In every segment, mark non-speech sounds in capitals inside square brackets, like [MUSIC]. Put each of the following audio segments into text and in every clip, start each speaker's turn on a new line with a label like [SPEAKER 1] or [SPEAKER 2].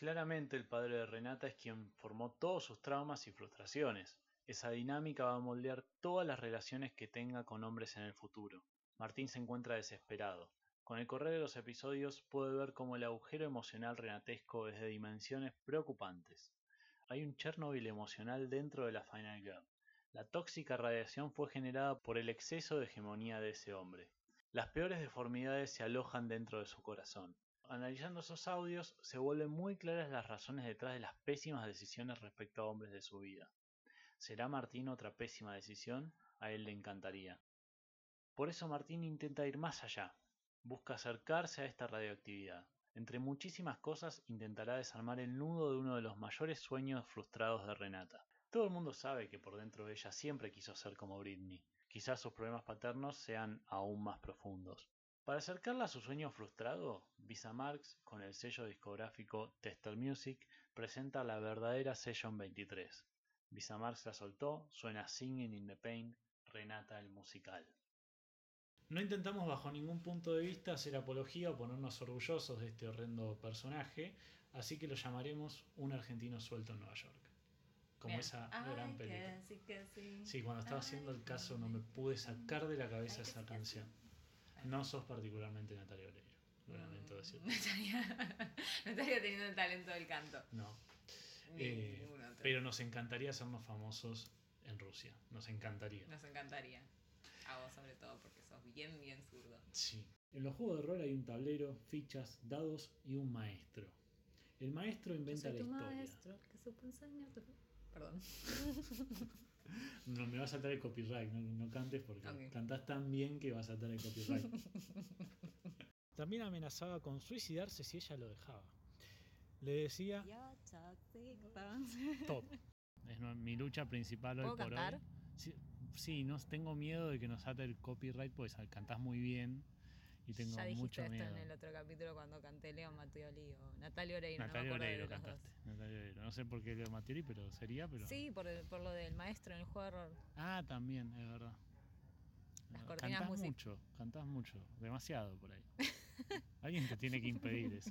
[SPEAKER 1] Claramente el padre de Renata es quien formó todos sus traumas y frustraciones. Esa dinámica va a moldear todas las relaciones que tenga con hombres en el futuro. Martín se encuentra desesperado. Con el correr de los episodios puede ver cómo el agujero emocional renatesco es de dimensiones preocupantes. Hay un Chernobyl emocional dentro de la Final Girl. La tóxica radiación fue generada por el exceso de hegemonía de ese hombre. Las peores deformidades se alojan dentro de su corazón. Analizando esos audios, se vuelven muy claras las razones detrás de las pésimas decisiones respecto a hombres de su vida. ¿Será Martín otra pésima decisión? A él le encantaría. Por eso Martín intenta ir más allá. Busca acercarse a esta radioactividad. Entre muchísimas cosas intentará desarmar el nudo de uno de los mayores sueños frustrados de Renata. Todo el mundo sabe que por dentro de ella siempre quiso ser como Britney. Quizás sus problemas paternos sean aún más profundos. Para acercarla a su sueño frustrado, Visa Marx, con el sello discográfico Tester Music, presenta la verdadera Session 23. Visa Marx la soltó, suena Singing in the Pain, Renata el musical. No intentamos bajo ningún punto de vista hacer apología o ponernos orgullosos de este horrendo personaje, así que lo llamaremos un argentino suelto en Nueva York. Como
[SPEAKER 2] Bien.
[SPEAKER 1] esa
[SPEAKER 2] Ay,
[SPEAKER 1] gran
[SPEAKER 2] que
[SPEAKER 1] película.
[SPEAKER 2] sí, que sí.
[SPEAKER 1] Sí, cuando estaba
[SPEAKER 2] Ay,
[SPEAKER 1] haciendo el caso no me pude sacar de la cabeza
[SPEAKER 2] Ay, que
[SPEAKER 1] esa
[SPEAKER 2] sí, que
[SPEAKER 1] canción.
[SPEAKER 2] sí.
[SPEAKER 1] No sos particularmente Natalia Oreiro, lo lamento
[SPEAKER 2] [LAUGHS]
[SPEAKER 1] decir.
[SPEAKER 2] No estaría, no estaría teniendo el talento del canto.
[SPEAKER 1] No.
[SPEAKER 2] Ni
[SPEAKER 1] Eh,
[SPEAKER 2] ningún otro.
[SPEAKER 1] pero nos encantaría hacernos famosos en Rusia. Nos encantaría.
[SPEAKER 2] Nos encantaría. A vos sobre todo porque sos bien, bien zurdo.
[SPEAKER 1] Sí. En los juegos de rol hay un tablero, fichas, dados y un maestro. El maestro inventa la historia.
[SPEAKER 2] que supo enseñarte. Perdón.
[SPEAKER 1] No me va a saltar el copyright, no, no cantes porque
[SPEAKER 2] Ok.
[SPEAKER 1] cantás tan bien que va a saltar el copyright. [LAUGHS] También amenazaba con suicidarse si ella lo dejaba. Le decía Top. Es no- mi lucha principal hoy
[SPEAKER 3] ¿Puedo
[SPEAKER 1] por
[SPEAKER 3] cantar?
[SPEAKER 1] hoy. Sí, sí, no, tengo miedo de que nos ate el copyright, pues cantás muy bien y tengo
[SPEAKER 2] ya dijiste
[SPEAKER 1] mucho
[SPEAKER 2] esto
[SPEAKER 1] miedo.
[SPEAKER 2] en el otro capítulo cuando canté Leo Mattioli o Natalia Oreiro.
[SPEAKER 1] Natalia
[SPEAKER 2] no me acuerdo
[SPEAKER 1] Oreiro
[SPEAKER 2] de los
[SPEAKER 1] cantaste. Natalia Oreiro. No sé por qué Leo Matieri, pero sería, pero.
[SPEAKER 2] dos. Sí, por, el- por lo del maestro en el juego de rol.
[SPEAKER 1] Ah, también, es verdad.
[SPEAKER 2] Las
[SPEAKER 1] Eh,
[SPEAKER 2] cortinas
[SPEAKER 1] cantás
[SPEAKER 2] music-
[SPEAKER 1] mucho, cantás mucho, demasiado por
[SPEAKER 2] [LAUGHS]
[SPEAKER 1] ahí. Alguien te tiene que impedir eso.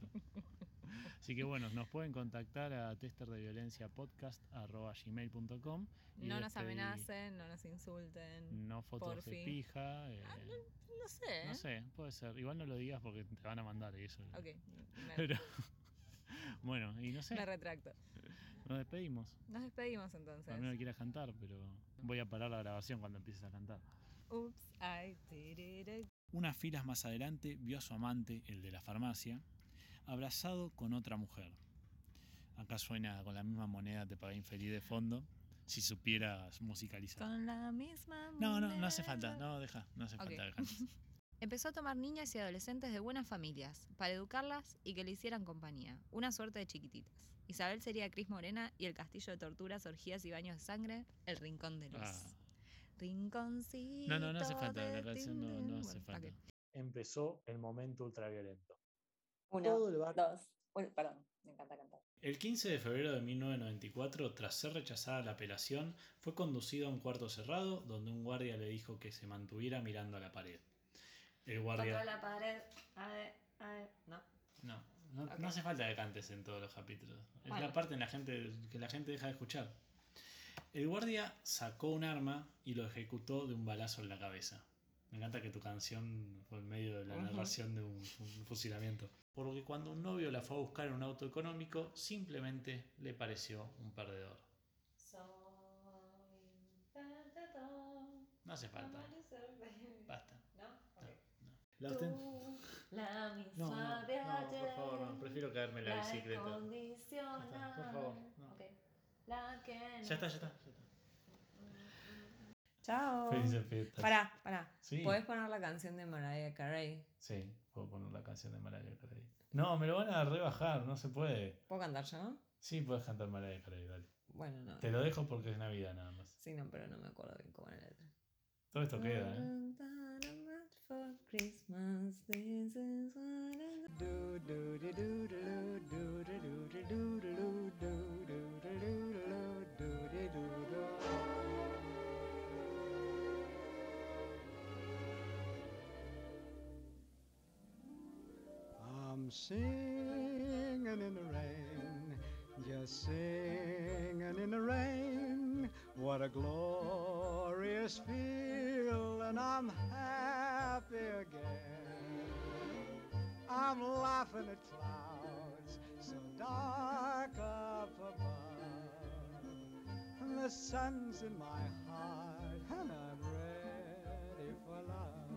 [SPEAKER 1] Así que bueno, nos pueden contactar a testerdeviolenciapodcast.com. y este
[SPEAKER 2] No nos
[SPEAKER 1] despedí-
[SPEAKER 2] amenacen, no nos insulten.
[SPEAKER 1] No fotos de
[SPEAKER 2] Porfi.
[SPEAKER 1] pija. eh,
[SPEAKER 2] Ah, No sé. ¿eh?
[SPEAKER 1] no sé, puede ser. Igual no lo digas porque te van a mandar y eso. [LAUGHS]
[SPEAKER 2] Ok, me,
[SPEAKER 1] Pero, bueno, y no sé,
[SPEAKER 2] me retracto.
[SPEAKER 1] nos despedimos.
[SPEAKER 2] Nos despedimos
[SPEAKER 1] A menos que
[SPEAKER 2] entonces.
[SPEAKER 1] quieras cantar, pero voy a parar la grabación cuando empieces a cantar.
[SPEAKER 2] Oops, I did it again.
[SPEAKER 1] Unas filas más adelante vio a su amante, el de la farmacia, abrazado con otra mujer. Acá suena con la misma moneda te pagué infeliz de fondo, si supieras musicalizar.
[SPEAKER 2] Con la misma
[SPEAKER 1] No, no, no hace
[SPEAKER 2] moneda.
[SPEAKER 1] falta, no, deja, no hace
[SPEAKER 2] Ok.
[SPEAKER 1] falta que cantes.
[SPEAKER 3] Empezó a tomar niñas y adolescentes de buenas familias para educarlas y que le hicieran compañía, una suerte de chiquititas. Isabel sería Cris Morena y el castillo de torturas, orgías y baños de sangre, el rincón de luz.
[SPEAKER 2] [LAUGHS]
[SPEAKER 1] Ah.
[SPEAKER 3] Rinconcito.
[SPEAKER 1] No, no, no hace falta, la
[SPEAKER 3] de
[SPEAKER 1] canción no,
[SPEAKER 3] Tinder.
[SPEAKER 1] no hace
[SPEAKER 3] Bueno,
[SPEAKER 1] falta.
[SPEAKER 3] ok.
[SPEAKER 1] Empezó el momento ultraviolento.
[SPEAKER 4] Uno,
[SPEAKER 1] el barrio.
[SPEAKER 4] dos. Uy, perdón, me encanta cantar.
[SPEAKER 1] El 15 de febrero de 1994, tras ser rechazada la apelación, fue conducido a un cuarto cerrado donde un guardia le dijo que se mantuviera mirando a la pared. El guardia...
[SPEAKER 2] la pared. A ver, a ver. No.
[SPEAKER 1] No, no,
[SPEAKER 2] Ok.
[SPEAKER 1] no hace falta que cantes en todos los capítulos. Es la
[SPEAKER 2] Bueno.
[SPEAKER 1] parte en la gente, que la gente deja de escuchar. El guardia sacó un arma y lo ejecutó de un balazo en la cabeza. Me encanta que tu canción fue en medio de la
[SPEAKER 2] Ujú.
[SPEAKER 1] narración de un, un fusilamiento. Porque cuando un novio la fue a buscar en un auto económico, simplemente le pareció un perdedor. No hace falta. Basta. No, no. La osten-
[SPEAKER 2] La
[SPEAKER 1] No, no, no, por favor, no. Prefiero caerme en la bicicleta.
[SPEAKER 2] incondicional.
[SPEAKER 1] Por favor, no. Ok.
[SPEAKER 2] La que
[SPEAKER 1] Ya está, ya está. Ya está.
[SPEAKER 2] Chao.
[SPEAKER 1] Felices fiestas.
[SPEAKER 2] Pará, pará.
[SPEAKER 1] Sí.
[SPEAKER 2] ¿Podés poner la canción de Mariah Carey?
[SPEAKER 1] Sí, puedo poner la canción de Mariah Carey. No, me lo van a rebajar, no se puede.
[SPEAKER 2] ¿Puedo cantar yo?
[SPEAKER 1] Sí, puedes cantar Mariah Carey, dale.
[SPEAKER 2] Bueno, no.
[SPEAKER 1] Te lo dejo porque es Navidad nada más.
[SPEAKER 2] Sí, no, pero no me acuerdo bien cómo era la letra.
[SPEAKER 1] Todo esto queda, ¿eh?
[SPEAKER 2] For Christmas, this is what I do.
[SPEAKER 5] I'm singing in the rain. singing in the rain. What a glorious feel, and I'm happy again. I'm laughing at clouds so dark up above. The sun's in my heart, and I'm ready for love.